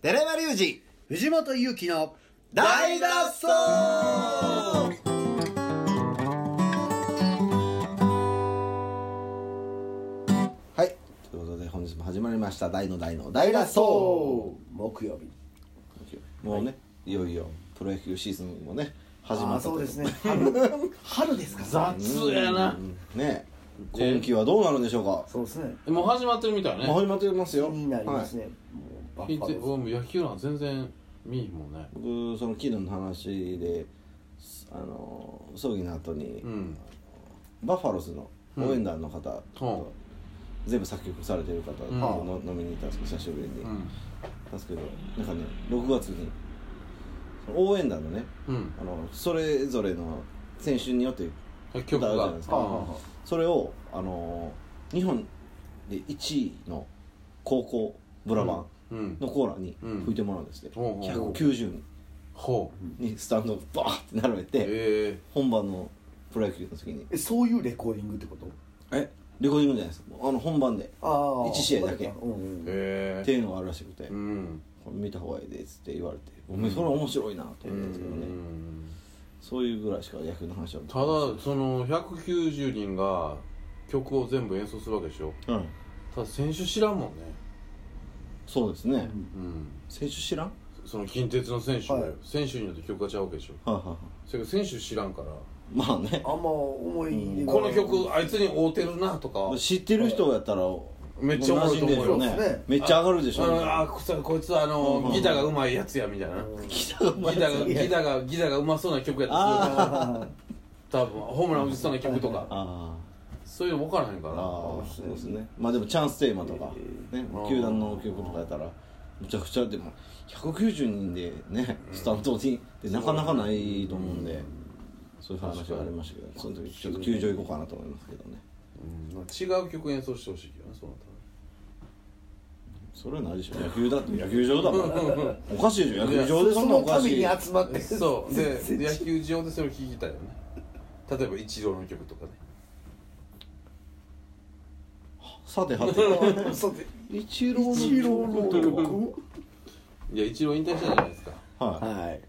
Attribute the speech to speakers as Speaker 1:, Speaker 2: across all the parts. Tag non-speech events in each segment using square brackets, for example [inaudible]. Speaker 1: 寺山隆
Speaker 2: 二藤本勇樹の
Speaker 1: 二大脱走はいということで本日も始まりました大の大の大脱走
Speaker 2: 木曜日
Speaker 1: もうね、い、よいよプロ野球シーズンもね始まっ
Speaker 2: ああ
Speaker 1: たと
Speaker 2: そうですね [laughs] 春ですか
Speaker 3: 雑やな
Speaker 1: ね今季はどうなるんでしょうか、
Speaker 2: そうですね
Speaker 3: もう始まってるみたいね
Speaker 1: まあ、始まってます
Speaker 2: 気
Speaker 1: よ
Speaker 2: になります
Speaker 1: はい
Speaker 2: ねもうバ
Speaker 3: 聞
Speaker 2: ッ
Speaker 3: い
Speaker 2: ファ
Speaker 3: て
Speaker 2: ローズ
Speaker 3: 俺も野球なんか全然見いひんもんね
Speaker 1: 僕その昨日の話であの葬儀の後に、
Speaker 3: うん
Speaker 1: バッファローズの応援団の方
Speaker 3: うん
Speaker 1: と、全部作曲されてる方と
Speaker 3: うん
Speaker 1: の、飲みに行ったんですけど久しぶりに、
Speaker 3: う
Speaker 1: なん
Speaker 3: ん
Speaker 1: ですけどなんかね6月にその応援団のね
Speaker 3: うん
Speaker 1: あのそれぞれの選手によって
Speaker 3: 曲
Speaker 1: 歌うじゃ
Speaker 3: が
Speaker 1: ないです
Speaker 2: は
Speaker 1: か
Speaker 2: あはあは
Speaker 1: それをあの日本で1位の高校ブラバ
Speaker 3: う
Speaker 1: ン
Speaker 3: ん
Speaker 1: のコーラに
Speaker 3: うん
Speaker 1: 吹いてもらうんですね、
Speaker 3: ほうほうほう
Speaker 1: 190人
Speaker 3: ほう
Speaker 1: にスタンドをバーって並べて、
Speaker 3: ええ
Speaker 1: 本番のプロ野球の時に
Speaker 2: えそういうレコーディングってこと
Speaker 1: えレコーディングじゃないですあの本番で
Speaker 2: ああ
Speaker 1: 一試合だけ
Speaker 2: うんうん
Speaker 3: え
Speaker 1: っ
Speaker 3: え
Speaker 1: ていうのがあるらしくて、
Speaker 3: うん
Speaker 1: これ見た方がいいですって言われて、もうそれ面白いなと
Speaker 3: う
Speaker 1: 思ったんですけどね、
Speaker 3: ん
Speaker 1: そういうぐらいしか野球の話は
Speaker 3: ただその190人が曲を全部演奏するわけでしょ
Speaker 1: だ、うん、
Speaker 3: ただ選手知らんもんね
Speaker 1: そうですね、
Speaker 3: うん
Speaker 1: 選手知らんは
Speaker 3: その近鉄の選手
Speaker 2: はい
Speaker 3: 選手によって曲が違うわけでしょ
Speaker 1: あ、はあはあ、
Speaker 3: それから選手知らんから
Speaker 1: まあね
Speaker 2: あんま思い入れが
Speaker 3: この曲あいつに合うてるなとか
Speaker 1: 知ってる人やったら
Speaker 3: めっちゃ面白い
Speaker 1: 馴染ん
Speaker 3: と思うよ
Speaker 1: でる
Speaker 2: そうですね
Speaker 1: めっちゃ上がるでしょ
Speaker 3: ああこいつこいつあのギターがうまいやつやみたいな
Speaker 1: ギターがう
Speaker 3: ギ
Speaker 1: まい
Speaker 3: ターがギターがギターがうまそうな曲やったら
Speaker 2: あ
Speaker 3: 多分ホームラン打ちそうな曲とか
Speaker 1: あ
Speaker 3: そういうの分からへんか
Speaker 1: あ
Speaker 3: ら
Speaker 1: ああそうですねまあでもチャンステーマとか、ね
Speaker 3: あ、ー
Speaker 1: 球団の曲とかやったらむちゃくちゃでも190人でねスタンドにでなかなかないと思うんで、そういう話がありましたけどその時ちょっと球場行こうかなと思いますけどね
Speaker 3: うん違う曲演奏してほしいけどねそうなっ
Speaker 1: それはないでしょ野球だって野球場だもんおかしいでしょ野球
Speaker 2: あ
Speaker 1: 場でそ
Speaker 2: そ
Speaker 1: んな
Speaker 2: の
Speaker 1: お
Speaker 2: た
Speaker 1: か
Speaker 2: め
Speaker 1: し
Speaker 2: に
Speaker 1: い
Speaker 2: 集まって
Speaker 3: たらそうで
Speaker 2: 全然
Speaker 3: 野球場でそれを聴きたいよね例えばイチローの曲とかね
Speaker 1: さてはて
Speaker 2: そうで
Speaker 1: 一郎
Speaker 2: 一
Speaker 1: の
Speaker 2: 郎の曲
Speaker 3: いやイチロー引退したじゃないですか
Speaker 1: はい
Speaker 2: はい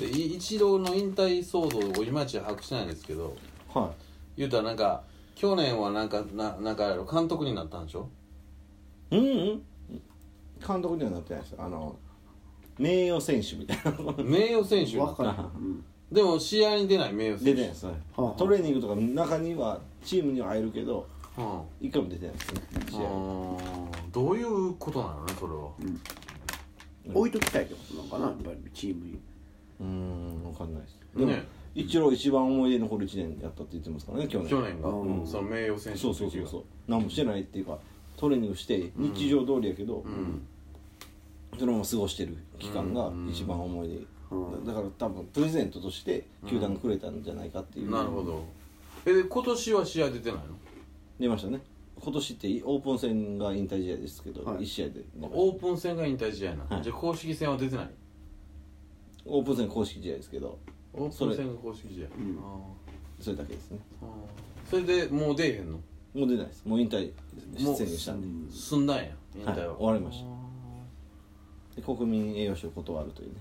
Speaker 3: でイイチローの引退騒動をいまいち把握してないんですけど
Speaker 1: は
Speaker 3: 言うたらなんか去年はなんかななんかあの監督になったんでしょ
Speaker 1: いうんうん監督にはなってないですあの名誉選手みたいな
Speaker 3: 名誉選手にな
Speaker 2: わ
Speaker 3: っ
Speaker 2: か
Speaker 3: た
Speaker 2: らん
Speaker 3: でも試合に出ない名誉
Speaker 1: 出
Speaker 3: 選
Speaker 1: て
Speaker 3: 手
Speaker 1: ないですね
Speaker 2: はあはあ
Speaker 1: トレーニングとかの中にはチームには入るけど
Speaker 3: うん
Speaker 1: 一回も出てないですね試合
Speaker 3: あーどういうことなのねそれは
Speaker 2: うん置いときたいってことなのかなやっぱりチームに
Speaker 1: うーん分かんないですでも
Speaker 3: ね
Speaker 1: 一郎一番思い出に残る一年やったって言ってますからね去年
Speaker 3: 去年が、
Speaker 2: うん
Speaker 3: その名誉選手
Speaker 1: そう
Speaker 3: の
Speaker 1: そう
Speaker 3: 時
Speaker 1: そう
Speaker 3: が
Speaker 1: そう何もしてないっていうかトレーニングして日常通りやけど、
Speaker 3: ん
Speaker 1: そのまま過ごしてる期間が一番思い出、
Speaker 2: うん
Speaker 1: だだから多分プレゼントとして球団がくれたんじゃないかっていう、
Speaker 3: なるほどえで今年は試合出てないの
Speaker 1: 出ましたね今年ってオープン戦が引退試合ですけど、
Speaker 2: はい
Speaker 1: 1試合で出ました
Speaker 3: オープン戦が引退試合な、
Speaker 1: はい
Speaker 3: じゃあ公式戦は出てない
Speaker 1: オープン戦公式試合ですけど
Speaker 3: オープン戦が公式試合
Speaker 2: ん
Speaker 3: あ
Speaker 1: それだけですね
Speaker 3: ーあーそれでもう出えへんの
Speaker 1: もう出ないですもう引退出演したんで,、
Speaker 3: 済んだんや引退は、
Speaker 1: はい、終わりまし
Speaker 3: あー
Speaker 1: たで国民栄養士を断るというね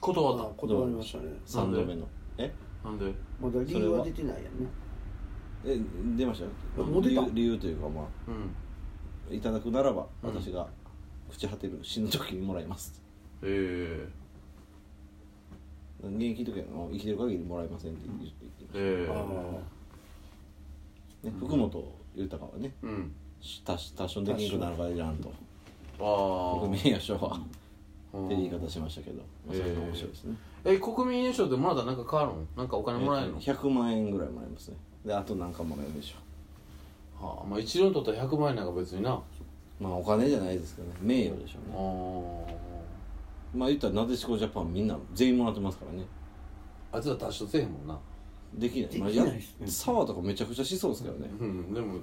Speaker 3: 断
Speaker 2: あ
Speaker 3: っ
Speaker 2: 断りましたね
Speaker 1: 3度目のえ
Speaker 3: たなんで
Speaker 2: まだ理由は出てないやんね
Speaker 1: え出ましたよ
Speaker 2: あもう
Speaker 1: 理
Speaker 2: 出た
Speaker 1: 由理由というかまあ
Speaker 3: うん
Speaker 1: いただくならば
Speaker 3: うん
Speaker 1: 私が朽ち果てる死ぬ時にもらいます
Speaker 3: ええ
Speaker 1: 現役の時はもう生きてる限りもらえませんって言って言っ
Speaker 3: え
Speaker 1: て
Speaker 3: え
Speaker 2: あ
Speaker 1: ね、福本豊はね
Speaker 3: うん
Speaker 1: 多多少できなくなるからいらんと
Speaker 3: ああ
Speaker 1: 国民栄養士は
Speaker 3: うん
Speaker 1: って言い方しましたけど、まあ、それが面白いですね、
Speaker 3: え国民栄誉賞でもらったらなんか変わるのなんかお金もらえるの、
Speaker 1: 100万円ぐらいもらえますねであと何かもらえるでしょ
Speaker 3: はあまあ一郎にとったら100万円なんか別になあ
Speaker 1: うまあお金じゃないですけどね名誉でしょうね
Speaker 3: あ
Speaker 1: まあ言ったらなでしこジャパンみんな全員もらってますからね
Speaker 3: いつら達成せえへんもんな
Speaker 1: できない
Speaker 2: できないですね
Speaker 1: まあや沢とかめちゃくちゃしそうですけどね
Speaker 3: うんでも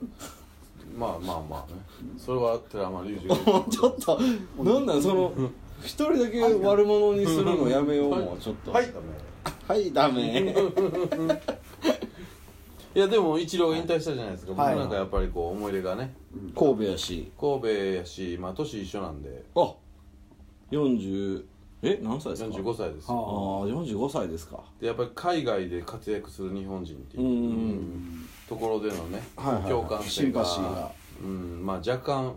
Speaker 3: [laughs] まあまあまあねそれは寺山隆二が
Speaker 1: [laughs] もうちょっとなんなんその一人だけ悪者にするのやめようもうちょっと
Speaker 3: はい
Speaker 1: はいダメ
Speaker 3: いやでも一郎が引退したじゃないですか、
Speaker 2: はい
Speaker 3: 僕なんかやっぱりこう思い出がね
Speaker 1: 神戸やし
Speaker 3: 神戸やしまあ年一緒なんで
Speaker 1: あ40え何歳ですか
Speaker 3: 45歳です
Speaker 1: ああ45歳ですか
Speaker 3: でやっぱり海外で活躍する日本人っていう、ところでのね、
Speaker 1: はいはいはい
Speaker 3: 共感性が
Speaker 1: シンパシーが
Speaker 3: うんまあ、若干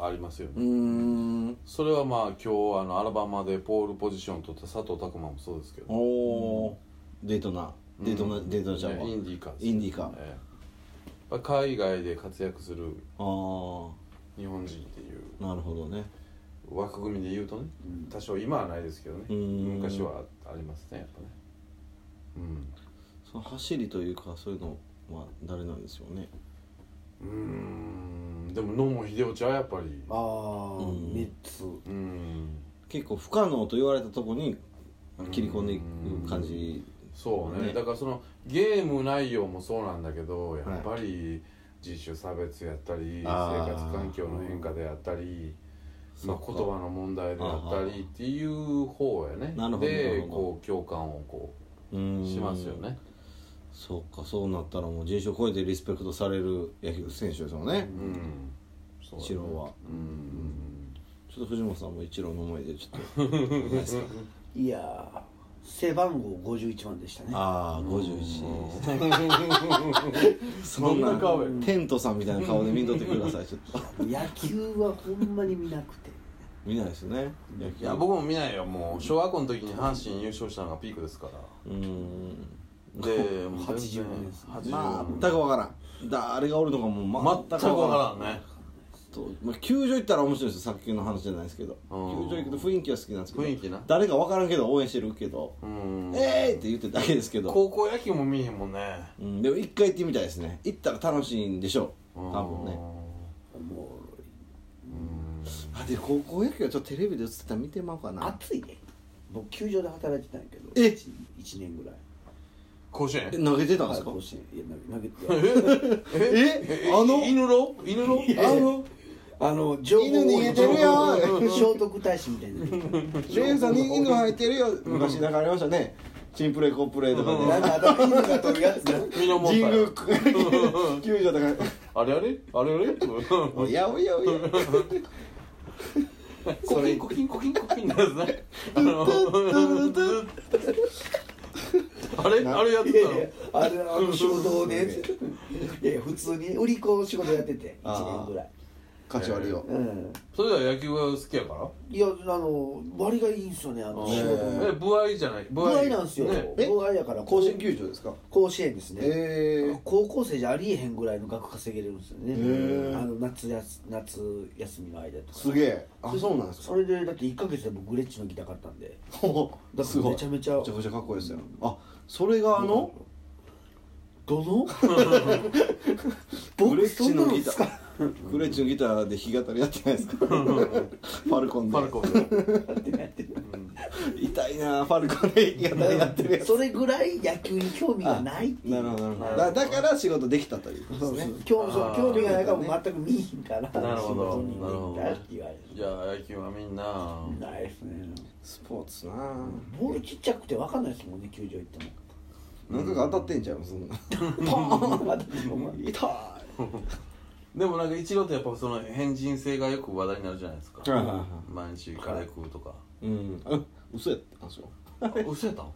Speaker 3: ありますよね、
Speaker 1: うーん
Speaker 3: それはまあ今日あのアラバマでポールポジション取った佐藤拓磨もそうですけど、
Speaker 1: おおデートナデートナデートナちゃんは
Speaker 3: インディーカーです
Speaker 1: インディーカー
Speaker 3: ええやっぱり海外で活躍する
Speaker 1: あ
Speaker 3: 日本人っていう
Speaker 1: あなるほどね
Speaker 3: 枠組みで言うとね、多少今はないですけどね、
Speaker 1: うん
Speaker 3: 昔はありますねやっぱねうん
Speaker 1: その走りというかそういうのは誰なんですよね
Speaker 3: うーんでも野茂英雄はやっぱり
Speaker 2: ああ
Speaker 1: うん
Speaker 2: 三つ
Speaker 3: うん
Speaker 1: 結構不可能と言われたとこに切り込んでいく感じ
Speaker 3: そうね
Speaker 1: ね
Speaker 3: だからそのゲーム内容もそうなんだけどやっぱり人種差別やったり、
Speaker 1: あー
Speaker 3: 生活環境の変化であったり、まあ、
Speaker 1: そ
Speaker 3: 言
Speaker 1: っ
Speaker 3: 葉
Speaker 1: か
Speaker 3: の問題であったりっていう方やね
Speaker 1: なるほどなる
Speaker 3: で
Speaker 1: ほど
Speaker 3: こう共感をこ
Speaker 1: うー
Speaker 3: うんしますよね
Speaker 1: そうかそうなったらもう人種を超えてリスペクトされる野球選手ですもんね
Speaker 3: うん、そうだね
Speaker 1: 一郎は
Speaker 3: うん
Speaker 1: ちょっと藤本さんも一郎の思いでちょっ
Speaker 3: [laughs]
Speaker 1: とないですか
Speaker 2: いやー背番号五十一番でしたね
Speaker 1: ああ51そんな
Speaker 3: どんな顔や
Speaker 1: テントさんみたいな顔で見とってくださいちょっと
Speaker 2: 野球はほんまに見なくて
Speaker 1: 見ないですね
Speaker 3: [laughs] いや僕も見ないよもう小学校の時に阪神優勝したのがピークです [laughs] から
Speaker 1: うーん
Speaker 3: でもう全然
Speaker 2: 80年です
Speaker 3: 80
Speaker 1: まあ全く分からん誰がおるのかも全
Speaker 3: 全
Speaker 1: く
Speaker 3: く
Speaker 1: 分
Speaker 3: わ
Speaker 1: からん
Speaker 3: からんね
Speaker 1: そうまあ、球場行ったら面白いですよさっきの話じゃないですけど球
Speaker 3: うん
Speaker 1: 場行くと雰囲気は好きなんですけど
Speaker 3: 雰囲気な
Speaker 1: 誰か分からんけど応援してるけど
Speaker 3: う
Speaker 1: 「
Speaker 3: ん
Speaker 1: えーい!」って言ってるだけですけど、
Speaker 3: 高校野球も見えへんもんね
Speaker 1: うん、でも一回行ってみたいですね行ったら楽しいんでしょう
Speaker 3: うん
Speaker 1: 多分ね
Speaker 2: おもろい
Speaker 3: うん
Speaker 1: あで高校野球はちょっとテレビで映ってたら見てまおうかな
Speaker 2: 暑いね僕球場で働いてたんやけど
Speaker 1: え
Speaker 2: 一一年ぐらい
Speaker 3: 甲子園
Speaker 1: え投げてたんですか
Speaker 2: 甲子園いや投げ投げて
Speaker 1: えあの
Speaker 3: 犬郎犬郎
Speaker 1: あの
Speaker 2: あの情報
Speaker 1: 犬逃げてるよー
Speaker 2: 聖徳太子みたいな
Speaker 1: レイさんに犬履いてるよ昔なんかありましたねチンプレーコープレーとか
Speaker 2: なん
Speaker 1: ね
Speaker 2: か頭犬が飛ぶやつな
Speaker 3: 身
Speaker 1: 神
Speaker 3: の問
Speaker 1: 宮
Speaker 3: 題
Speaker 1: [laughs] 球場とか
Speaker 3: あれあれあれあれ
Speaker 1: 「おやおやおや」
Speaker 3: コキンコキンコキンコキンなやつねあのあれあれやっ
Speaker 2: いや
Speaker 3: てた
Speaker 2: いやあれあの仕事をねいやいや普通に売り子の仕事やってて
Speaker 1: あー
Speaker 2: 一年ぐらい
Speaker 1: 価値悪い [laughs] よ
Speaker 2: うん
Speaker 3: それでは野球が好きやから
Speaker 2: いやあの割がいいんすよねあの仕事の
Speaker 3: え部合じゃない
Speaker 2: 具合なんすよ
Speaker 3: ね
Speaker 1: え
Speaker 2: 具合やから
Speaker 1: 球場ですか
Speaker 2: 甲子園ですね
Speaker 1: ええ
Speaker 2: 高校生じゃありえへんぐらいの額稼げれるんですよね
Speaker 1: へー
Speaker 2: あの夏やす夏休みの間とか
Speaker 1: すげえあそうなんです
Speaker 2: そ
Speaker 1: か
Speaker 2: れでだって1か月で僕グレッチのギター買ったんで
Speaker 1: ほう
Speaker 2: だからめちゃめちゃ
Speaker 1: めちゃくちゃかっこいいですよあそれがあの [laughs]
Speaker 2: ど
Speaker 1: グ
Speaker 2: の
Speaker 1: レ
Speaker 2: 僕
Speaker 1: ッ
Speaker 2: そ
Speaker 1: チ
Speaker 2: んな
Speaker 1: の
Speaker 2: の
Speaker 1: ギタ
Speaker 2: 使う
Speaker 1: ーグレッチのギターで弾き語りやってないですかファルコンで
Speaker 3: パルコンで
Speaker 1: 痛いなファルコンで弾き語りやってるやつ
Speaker 2: それぐらい野球に興味がないってい
Speaker 1: な
Speaker 2: う
Speaker 1: るほどなるほどだだから仕事できたということですね
Speaker 2: 興味
Speaker 3: あー
Speaker 2: 興味がないからもう全く見えへんから
Speaker 3: なるほど
Speaker 2: 仕事に行ったって言われ
Speaker 3: いや野球はみんな
Speaker 2: るないですね
Speaker 1: スポーツな
Speaker 2: ボールちっちゃくて分かんないですもんね球場行っても
Speaker 1: なんかが当たってんじゃんそんな
Speaker 2: ポーンまたお前
Speaker 1: 痛い
Speaker 3: でもなんか一郎ってやっぱその変人性がよく話題になるじゃないですか
Speaker 1: はいはいは
Speaker 3: 毎日カレー食うとか
Speaker 1: うんあ嘘やったんですよ
Speaker 3: 嘘やったん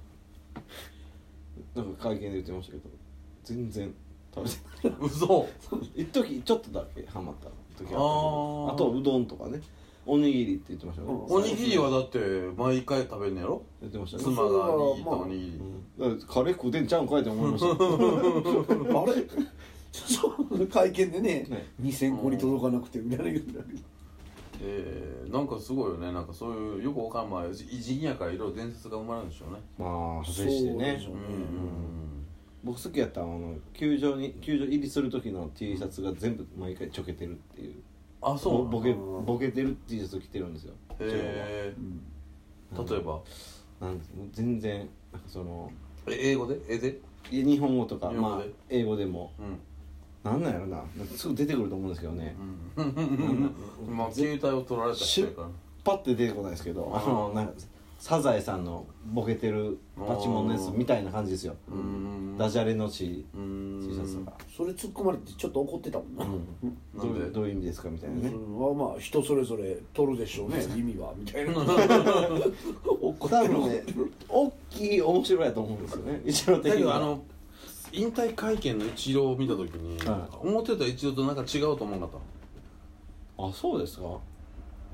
Speaker 1: なんか会見で言ってましたけど全然食べてない
Speaker 3: [laughs] 嘘
Speaker 1: 一時ちょっとだけハマった時あったけど
Speaker 3: あー
Speaker 1: あとうどんとかねおにぎりって言ってましたよね
Speaker 2: うん
Speaker 3: おにぎりはだって毎回食べんのやろ
Speaker 1: 言ってました
Speaker 3: 妻
Speaker 1: ね
Speaker 3: が握ったおにぎり
Speaker 1: うんだからカレー食うてんちゃうんかいって思いましたよ
Speaker 2: あれそう会見でね
Speaker 1: ね
Speaker 2: 2000個に届かなくてみたいな言うんだけど
Speaker 3: えー、なんかすごいよねなんかそういうよくわからんまあ偉人やからいろいろ伝説が生まれるんでしょうね
Speaker 1: [laughs] まあそれして
Speaker 2: そう
Speaker 1: ね
Speaker 2: でしょ
Speaker 3: う
Speaker 2: うんん
Speaker 1: 僕好きやったのはあの球場に球場入りする時の T シャツが全部毎回ちょけてるっていう
Speaker 3: あそう
Speaker 1: ぼボケボケてる T シャツを着てるんですよ
Speaker 3: えー、例えば
Speaker 1: なんですもう全然なんかその
Speaker 3: え英語で英で
Speaker 1: いや日本語とか
Speaker 3: 日本
Speaker 1: ま
Speaker 3: 語
Speaker 1: あ
Speaker 3: で
Speaker 1: 英語でも
Speaker 3: うん
Speaker 1: なんなんやろななんかすぐ出てくると思うんですけどね、
Speaker 3: [laughs] うんまあ携帯を取られた人やから
Speaker 1: パッて出てこないですけどあのなんかサザエさんのボケてるパチモンのやつみたいな感じですよ
Speaker 3: うん
Speaker 1: ダジャレのち
Speaker 3: うーん
Speaker 1: T シャツとか、
Speaker 2: それ突っ込まれてちょっと怒ってたもんな、
Speaker 3: な
Speaker 1: どうんいう
Speaker 3: で
Speaker 1: どういう意味ですかみたいなね
Speaker 2: それはまあ人それぞれ取るでしょうね意味はみたいな
Speaker 1: 多
Speaker 2: 怒ってる
Speaker 1: 分ね大きい面白いやと思うんですよ
Speaker 2: [laughs]
Speaker 1: ね一郎的
Speaker 3: だけ
Speaker 1: に
Speaker 3: ど
Speaker 1: は
Speaker 3: あの引退会見の一郎を見た時に、
Speaker 1: は
Speaker 3: 思ってた一郎となんか違うと思わなかっ
Speaker 1: あそうですか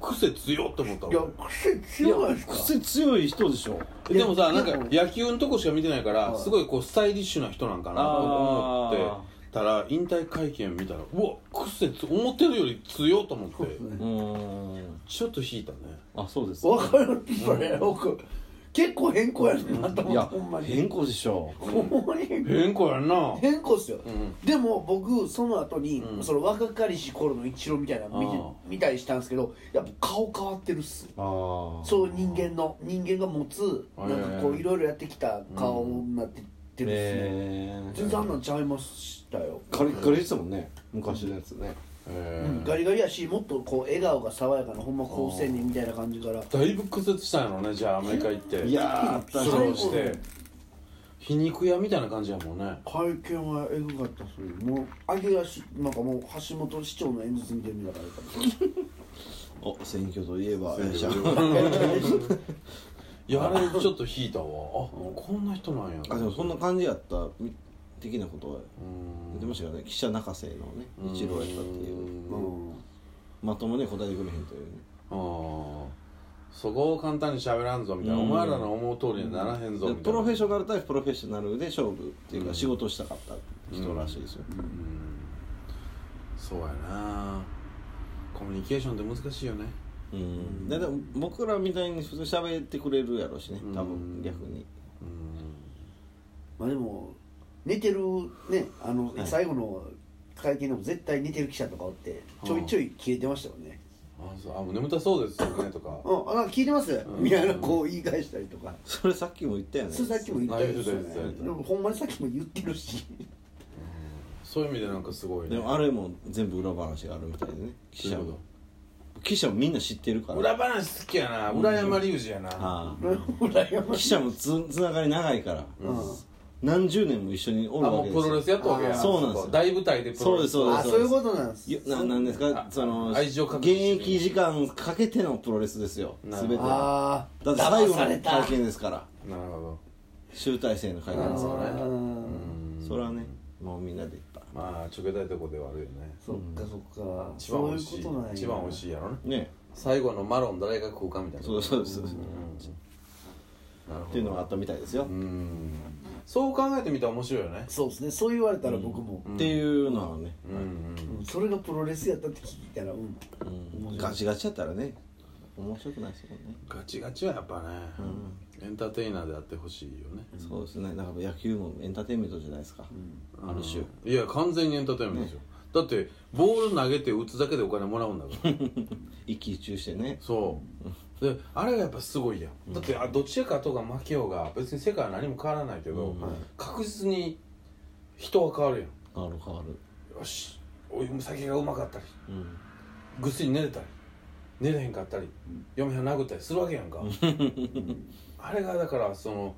Speaker 3: た癖強って思った
Speaker 2: いや
Speaker 3: わ
Speaker 2: 癖強いですか
Speaker 1: 癖強い人でしょ
Speaker 3: でもさなんか
Speaker 2: い
Speaker 3: 野球のとこしか見てないからすごいこうスタイリッシュな人なんかなと思
Speaker 1: あー
Speaker 3: ってたら引退会見見たらうわ癖つ思ってるより強と思って
Speaker 1: うーん
Speaker 3: ちょっと引いたね
Speaker 1: あそうです
Speaker 2: わかるそれ僕結構変更やねんなと
Speaker 1: い
Speaker 2: 思っ
Speaker 1: や
Speaker 2: てほんまに
Speaker 1: 変更でしょ
Speaker 2: ほんまに変更
Speaker 3: 変更やんな
Speaker 2: 変更っすよ、
Speaker 3: ん
Speaker 2: でも僕その後に、
Speaker 3: うん
Speaker 2: その若かりし頃の一郎みたいなの見て
Speaker 3: あー
Speaker 2: 見たりしたんですけどやっぱ顔変わってるっす
Speaker 1: ああ
Speaker 2: そう人間の人間が持つ
Speaker 3: へー
Speaker 2: なんかこういろいろやってきた顔になってってるっすね、
Speaker 1: え
Speaker 2: 全然あんなんちゃいましたよ、
Speaker 1: ガリガリでしたもんね昔のやつね
Speaker 3: へ
Speaker 2: うん、
Speaker 3: ー
Speaker 2: ガリガリやしもっとこう笑顔が爽やかなほんま好青年みたいな感じから
Speaker 3: だいぶ屈折したんやろねじゃあアメリカ行って
Speaker 1: いやーあった
Speaker 3: 苦
Speaker 1: でしょ
Speaker 3: 労して皮肉屋みたいな感じやもんね
Speaker 2: 会見はエグかったっすねもう揚げ足なんかもう橋本市長の演説見てるみたいな感じ
Speaker 1: お選挙といえば
Speaker 3: 選挙
Speaker 1: じゃ
Speaker 3: いやあれちょっと引い
Speaker 1: [laughs]
Speaker 3: たわあこんな人なんや
Speaker 1: ああでもそんな感じやったみ的なことは
Speaker 3: うん
Speaker 1: 言ってましたけどね記者泣かせのね
Speaker 3: うん
Speaker 1: 一郎やったっていう
Speaker 2: うん
Speaker 1: まともに答えてくれへんというね
Speaker 3: あーそこを簡単に喋らんぞみたいな、
Speaker 1: うん
Speaker 3: お前らの思う通りにはならへんぞみたい
Speaker 1: で
Speaker 3: な
Speaker 1: プロフェッシ
Speaker 3: ョ
Speaker 1: ョナル対プロフェッショナルで勝負っていう
Speaker 3: う
Speaker 1: か
Speaker 3: ん
Speaker 1: 仕事したかった人らしいですよ
Speaker 3: うんそうやなコミュニケーションって難しいよね
Speaker 1: うんででも僕らみたいに普通に喋ってくれるやろうしね多
Speaker 3: う
Speaker 1: 分
Speaker 3: ん
Speaker 1: 逆に
Speaker 3: うん
Speaker 2: まあでも寝てるねあの、
Speaker 1: はい
Speaker 2: 最後の会見でも絶対寝てる記者とかおってちょいちょい消えてましたよね
Speaker 3: あそうあもう眠たそうですよねとか
Speaker 2: うん、あなんか聞いてます
Speaker 3: うん
Speaker 2: みたいなこう言い返したりとか
Speaker 1: それさっきも言ったよね
Speaker 2: それさっきも言ったりしたよ
Speaker 3: あ言ってた言っ
Speaker 2: ね
Speaker 3: てた
Speaker 2: でもほんまにさっきも言ってるし
Speaker 3: そういう意味でなんかすごいね
Speaker 1: でもあれも全部裏話があるみたいでね記者
Speaker 3: どういう
Speaker 1: も
Speaker 3: こ
Speaker 1: 記者もみんな知ってるか
Speaker 3: と
Speaker 1: ら
Speaker 3: 裏話好きやな裏山隆二やな、
Speaker 1: ああ
Speaker 2: 羨ましい
Speaker 1: 記者もつつながり長いから
Speaker 2: うん
Speaker 1: 何十年も一緒にお
Speaker 3: あ
Speaker 1: るわ
Speaker 3: も
Speaker 1: け
Speaker 3: う
Speaker 1: で
Speaker 3: プ
Speaker 1: すよ
Speaker 3: ロレスやったわけや
Speaker 2: あ
Speaker 1: そうなんですよ
Speaker 3: 大舞台でプロレス
Speaker 1: そうです
Speaker 2: あそういうことなんです
Speaker 1: いやななんですか
Speaker 3: あ
Speaker 1: その
Speaker 3: 愛情を隠
Speaker 1: 現
Speaker 3: してね
Speaker 1: 役時間かけてのプロレスですよ
Speaker 3: なる
Speaker 1: 全
Speaker 3: ほど
Speaker 1: ては
Speaker 2: ああ
Speaker 1: だって最後
Speaker 2: 騙され
Speaker 1: の
Speaker 2: た
Speaker 1: 会見ですから
Speaker 3: なるほど
Speaker 1: 集大成の会見
Speaker 3: な
Speaker 1: で
Speaker 3: ん
Speaker 1: す
Speaker 3: そ
Speaker 1: か
Speaker 3: うね
Speaker 2: あー
Speaker 1: らそれはねもうみんなでいっぱい
Speaker 3: まあちょけたいとこではあるよね
Speaker 2: そっかそっか
Speaker 3: 一番
Speaker 2: そ
Speaker 3: 美
Speaker 2: う
Speaker 3: 味
Speaker 2: い
Speaker 3: し
Speaker 2: う
Speaker 3: い
Speaker 2: ことなんや
Speaker 3: 一番美味しいやろね
Speaker 1: ね
Speaker 3: 最後のマロン誰が食うかみたいな
Speaker 1: そうですそうですそうです
Speaker 3: なる
Speaker 1: っ
Speaker 3: ほ
Speaker 1: ていう
Speaker 3: ど
Speaker 1: のがあったみたいですよ
Speaker 3: うんそう考えてみたら面白いよね
Speaker 2: そうですねそう言われたら僕も、
Speaker 1: っていうのはね
Speaker 3: うんうん
Speaker 2: うんそれがプロレスやったって聞いたらうん
Speaker 1: うんガチガチやったらね面白くないですもんね
Speaker 3: ガチガチはやっぱねエンターテイナーであってほしいよね
Speaker 1: そうですねだから野球もエンターテインメントじゃないですかある種
Speaker 3: いや完全にエンターテインメントですよだってボール投げて打つだけでお金もらうんだから
Speaker 1: [laughs] 一喜一憂してね
Speaker 3: そうであれがやっぱすごいやんだってあどっちかとか負けようが別に世界は何も変わらないけど確実に人は変わるやん
Speaker 1: 変わる変わる
Speaker 3: よしお湯も酒がうまかったり
Speaker 1: うん
Speaker 3: ぐっすり寝れたり寝れへんかったり嫁はん殴ったりするわけやんか [laughs] あれがだからその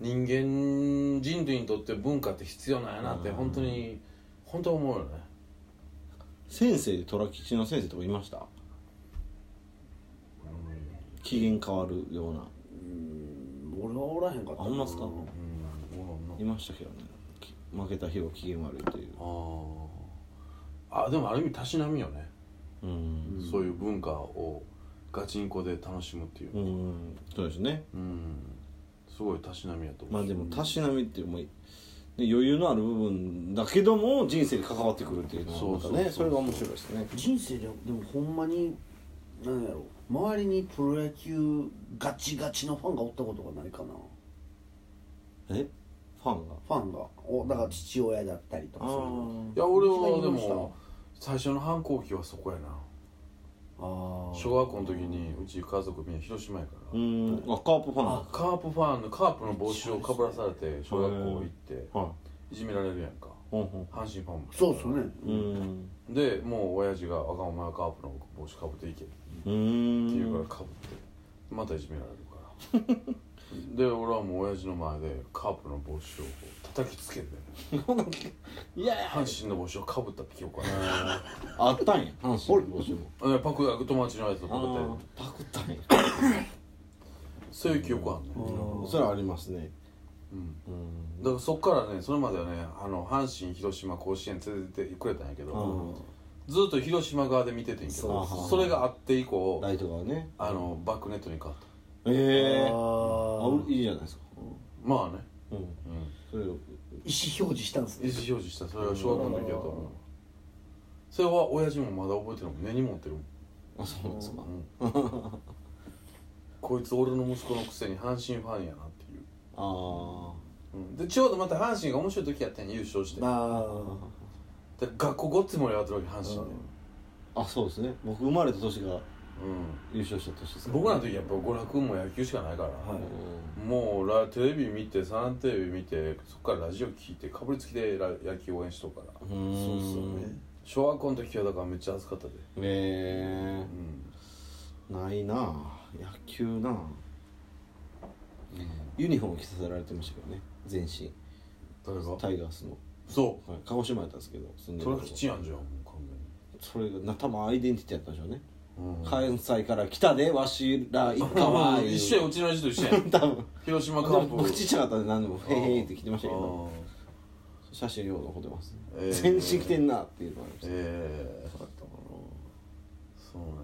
Speaker 3: 人間人類にとって文化って必要なんやなって
Speaker 1: うん
Speaker 3: 本当に本当思うよね
Speaker 1: 先生で虎吉の先生とかいました機嫌変わるような
Speaker 2: 俺はおらへんかった
Speaker 1: あほんまっすか
Speaker 3: うん思うない
Speaker 1: ましたけどねき負けた日は機嫌悪いという
Speaker 3: あーあでもある意味たしなみよね、
Speaker 1: うん
Speaker 3: そういう文化をガチンコで楽しむっていう
Speaker 1: う、んそうですね
Speaker 3: うん、すごいたしなみやと思う
Speaker 1: まあでもたしなみってもうね余裕のある部分だけども人生に関わってくるっていうのはまた
Speaker 3: そうそうそ
Speaker 1: ね
Speaker 3: う
Speaker 1: それが面白いですね
Speaker 2: 人生ででもほんまに何やろ周りにプロ野球ガチガチのファンがおったことがないかな
Speaker 1: えファンが
Speaker 2: ファンがおだから父親だったりとかそういうの
Speaker 3: いや俺
Speaker 2: い
Speaker 3: はで
Speaker 2: きなり言いま
Speaker 3: も最初の反抗期はそこやな
Speaker 2: あ
Speaker 3: 小学校の時にうち家族みんな広島やから、
Speaker 1: うんあカープファンは
Speaker 3: カープファンのカープの帽子をかぶらされて小学校行って
Speaker 1: い
Speaker 3: いじめられるやんか
Speaker 1: ほんほん
Speaker 3: 阪神ファンも
Speaker 2: そうっすね
Speaker 1: うん
Speaker 3: でもう親父が「あかんお前はカープの帽子かぶっていけ」って
Speaker 1: うーん
Speaker 3: 言うからかぶってまたいじめられるからで俺はもう親父の前でカープの帽子をこう叩きつけて
Speaker 1: いや
Speaker 3: 阪神の帽子をかぶったって記憶が
Speaker 1: あったんや阪神の帽子も
Speaker 3: ねパクヤク友達のやつを
Speaker 1: あー
Speaker 3: かぶって
Speaker 1: パクったんや
Speaker 3: そういう記憶があんの
Speaker 1: それはありますね
Speaker 3: う
Speaker 1: うん
Speaker 3: んだからそっからねそれまではねあの阪神広島甲子園連れてってくれたんやけどずっと広島側で見ててんけど
Speaker 1: そう
Speaker 3: それがあって以降
Speaker 1: ライトがね
Speaker 3: あのバックネットに勝った
Speaker 1: ええ
Speaker 2: あ
Speaker 1: あ
Speaker 2: ー
Speaker 1: いいじゃないですか
Speaker 3: まあね
Speaker 1: うん
Speaker 3: うん
Speaker 1: それを
Speaker 2: 意思表示したんです
Speaker 3: 意
Speaker 2: ね
Speaker 3: 思表示したそれは小学校の時だと思うそれは親父もまだ覚えてるもん根に持ってるもん
Speaker 1: あそうなんですか
Speaker 3: こいつ俺の息子のくせに阪神ファンやなっていう、
Speaker 1: あ
Speaker 3: うん、でちょうどまた阪神が面白い時やったんや優勝して、
Speaker 2: ま
Speaker 3: で学校ごっつ盛り上がってるわけ阪神で、
Speaker 1: ああそうですね僕生まれた年が
Speaker 3: う
Speaker 1: 優勝した年です
Speaker 3: ん、
Speaker 1: から
Speaker 3: 僕らの時やっぱ娯楽も野球しかないから、
Speaker 2: あはい
Speaker 3: もうラテレビ見てサランテレビ見てそっからラジオ聞いてかぶりつきでラ野球応援しとくから
Speaker 1: うん
Speaker 2: そうっすよね
Speaker 3: 小学校の時はだからめっちゃ暑かったで、
Speaker 1: え
Speaker 3: うん
Speaker 1: えないなあ野球なあユニフォーム着させられてましたけどね全身
Speaker 3: 誰が
Speaker 1: タイガースの、
Speaker 3: そ
Speaker 1: はい、鹿児島やったんですけど住ん
Speaker 3: う
Speaker 1: で
Speaker 3: ト
Speaker 1: る
Speaker 3: ラ
Speaker 1: とこ
Speaker 3: 吉やんじゃんもう完
Speaker 1: それがな多分アイデンティティやったんでしょうね、
Speaker 3: 全に、う
Speaker 1: 関
Speaker 3: ん
Speaker 1: 西から来たでわしら一家は
Speaker 3: あ一緒やうちの親父と一緒やん
Speaker 1: 多分
Speaker 3: 広島カ
Speaker 1: でも
Speaker 3: ープ
Speaker 1: 僕ちっちゃかったんで何でも「へいへい」って来てましたけど
Speaker 3: あー
Speaker 1: 写真よう残ってます、
Speaker 3: えー
Speaker 1: 全身着てんなっていうのがありました、
Speaker 3: ええそうなんや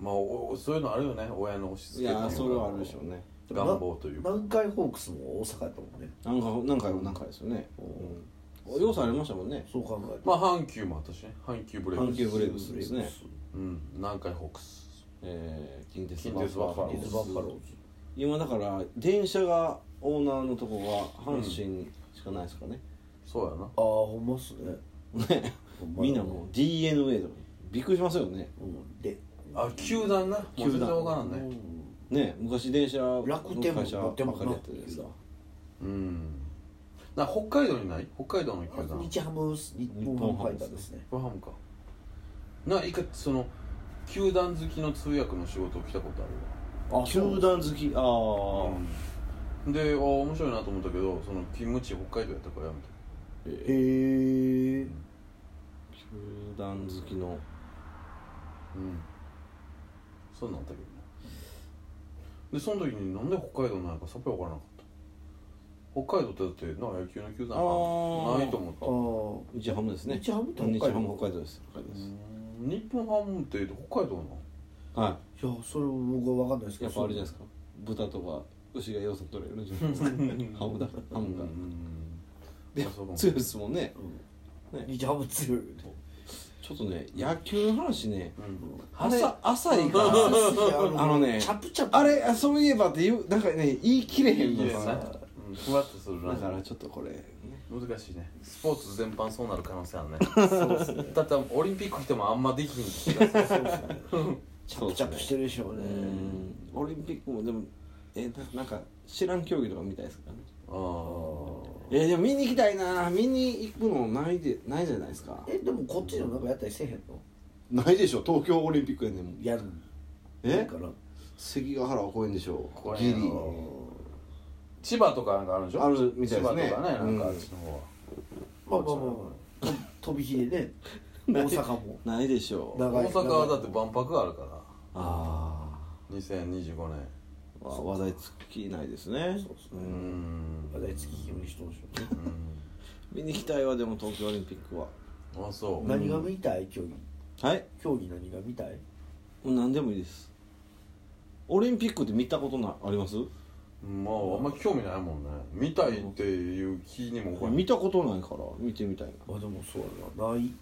Speaker 3: まあおそういうのあるよね親の押し
Speaker 1: い
Speaker 3: 付け
Speaker 1: やーそれはあるでしょう
Speaker 3: ね
Speaker 1: ね
Speaker 3: 願望というか
Speaker 2: 南海ホークスも大阪やったもんね
Speaker 1: 何回何回も何回ですよね、うん、要素ありましたもんね
Speaker 2: そう考える
Speaker 3: ま
Speaker 2: と
Speaker 3: あ阪急もあったしね阪急ブレイブ
Speaker 1: 阪
Speaker 3: ス
Speaker 1: 急ブレイブスですね、
Speaker 3: うん南海ホークス
Speaker 1: えー、近鉄
Speaker 3: 近鉄バファロー
Speaker 2: イズバッファローズ
Speaker 1: 今だから電車がオーナーのとこが阪神しかないですかね、
Speaker 3: そうや
Speaker 2: あ
Speaker 3: な
Speaker 2: あほんまっすね
Speaker 1: ね
Speaker 2: ほん
Speaker 1: [laughs]
Speaker 2: ま
Speaker 1: みんなもう d n a とかびっくりしますよね
Speaker 2: うんで
Speaker 3: あ球団なもう
Speaker 1: 球
Speaker 3: 全
Speaker 1: 団
Speaker 3: 然わからんね
Speaker 1: ね昔電車の
Speaker 2: 楽天も
Speaker 1: 会社ばっかりやったですか
Speaker 3: うんな北海道にない北海道の球
Speaker 2: あ
Speaker 3: 団
Speaker 2: 日ハムス日本ハムファイターズですね
Speaker 3: ファハムかな一回その球団好きの通訳の仕事を来たことあるわ
Speaker 2: あ
Speaker 1: 球団好きああ、
Speaker 3: であ面白いなと思ったけどその勤務地北海道やったからやめた
Speaker 2: へえ
Speaker 1: 球団好きの
Speaker 3: うんそうなんだったけどねでその時になんで北海道なんやかさっぱり分からなかった北海道ってだってな野球の球団
Speaker 1: あー
Speaker 3: ないと思っ
Speaker 2: あ
Speaker 3: た
Speaker 2: あ
Speaker 1: 日ハムですね
Speaker 2: 日ハムって北海
Speaker 1: 日
Speaker 2: 道
Speaker 1: ハム北海道です北海道です、
Speaker 3: うーん日本ハムって北海道なの
Speaker 1: はい
Speaker 2: やそれ僕は分かんないですけ
Speaker 1: い
Speaker 2: ど
Speaker 1: やっぱあれじゃないですか豚とか牛が要素取れるじゃないですかハムだハムがで
Speaker 3: でそうかも
Speaker 1: 強いですもんね
Speaker 2: うん日ハム強いよね
Speaker 1: ちょっとね野球の話ね
Speaker 3: うん
Speaker 1: あれ
Speaker 3: 朝
Speaker 1: 浅いからあのね
Speaker 2: チャプチャプ
Speaker 1: あれあそういえばって言うなんかね言い切れへんの
Speaker 3: いいね
Speaker 1: さ
Speaker 3: うんふわっとするな
Speaker 1: だからちょっとこれね
Speaker 3: 難しいねスポーツ全 [laughs] 般そうなる可能性あるねだってオリンピック来てもあんまできひん気がす [laughs] る
Speaker 2: チャプチャプしてるでしょう
Speaker 1: う
Speaker 2: ね
Speaker 1: んオリンピックもでもえななんか知らん競技とか見たいですからね
Speaker 3: ああ
Speaker 1: えでも見に行きたいな見に行くのないでないじゃないですか
Speaker 2: えでもこっちでもなんかやったりせえへんの
Speaker 1: ないでしょ東京オリンピックやねんもん
Speaker 2: やる
Speaker 1: え
Speaker 2: から
Speaker 1: 関ヶ原は公園でしょ
Speaker 3: 公園
Speaker 1: ギ
Speaker 3: やろ
Speaker 1: リ
Speaker 3: 千葉とかなんかあるんでしょ
Speaker 1: あるみたいですね
Speaker 3: 千葉とかねなんかあ
Speaker 1: う
Speaker 3: っ
Speaker 1: ん
Speaker 3: ちの方は、
Speaker 2: まあまあまあまあ飛び火
Speaker 1: [laughs]
Speaker 2: でね大阪も
Speaker 1: ないでしょ
Speaker 2: 長い
Speaker 3: 大阪はだって万博があるから
Speaker 1: あ
Speaker 3: 2025年
Speaker 1: あ話題尽きないですね
Speaker 2: そうです
Speaker 1: う
Speaker 3: うんん
Speaker 2: 大月日にしてほしいよね
Speaker 1: 見に行きたいわでも東京オリンピックは
Speaker 3: あそう、
Speaker 2: 何が見たい競技
Speaker 1: はい
Speaker 2: 競技何が見たい
Speaker 1: もう何でもいいですオリンピックって見たことなあります
Speaker 3: まああんま興味ないもんね見たいっていう気にもこれ
Speaker 1: 見たことないから見てみたいな
Speaker 2: あでもそうやなない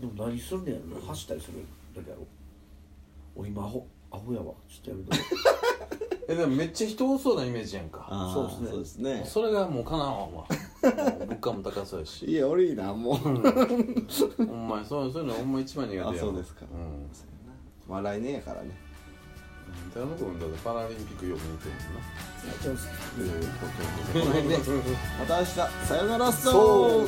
Speaker 2: でも何するねやろ走ったりするだけやろお今アホアホやわちょっとやめとこ
Speaker 3: えでもめっちゃ人多そうなイメージやんか
Speaker 1: あー
Speaker 2: そうですね
Speaker 1: そうですね
Speaker 3: それがもうかなわんわもう物価も高そうやし
Speaker 1: いや俺いいなもう
Speaker 3: ほんまにそうそういうのほんま一番苦手やわ
Speaker 1: あそうですか
Speaker 3: うん
Speaker 1: まあ来年やからね
Speaker 3: 寺本君だってパラリンピックよく見てるもんな
Speaker 2: うやっちゃうっす
Speaker 1: ということでこの辺でまた明日さよなら
Speaker 2: そ
Speaker 1: そうう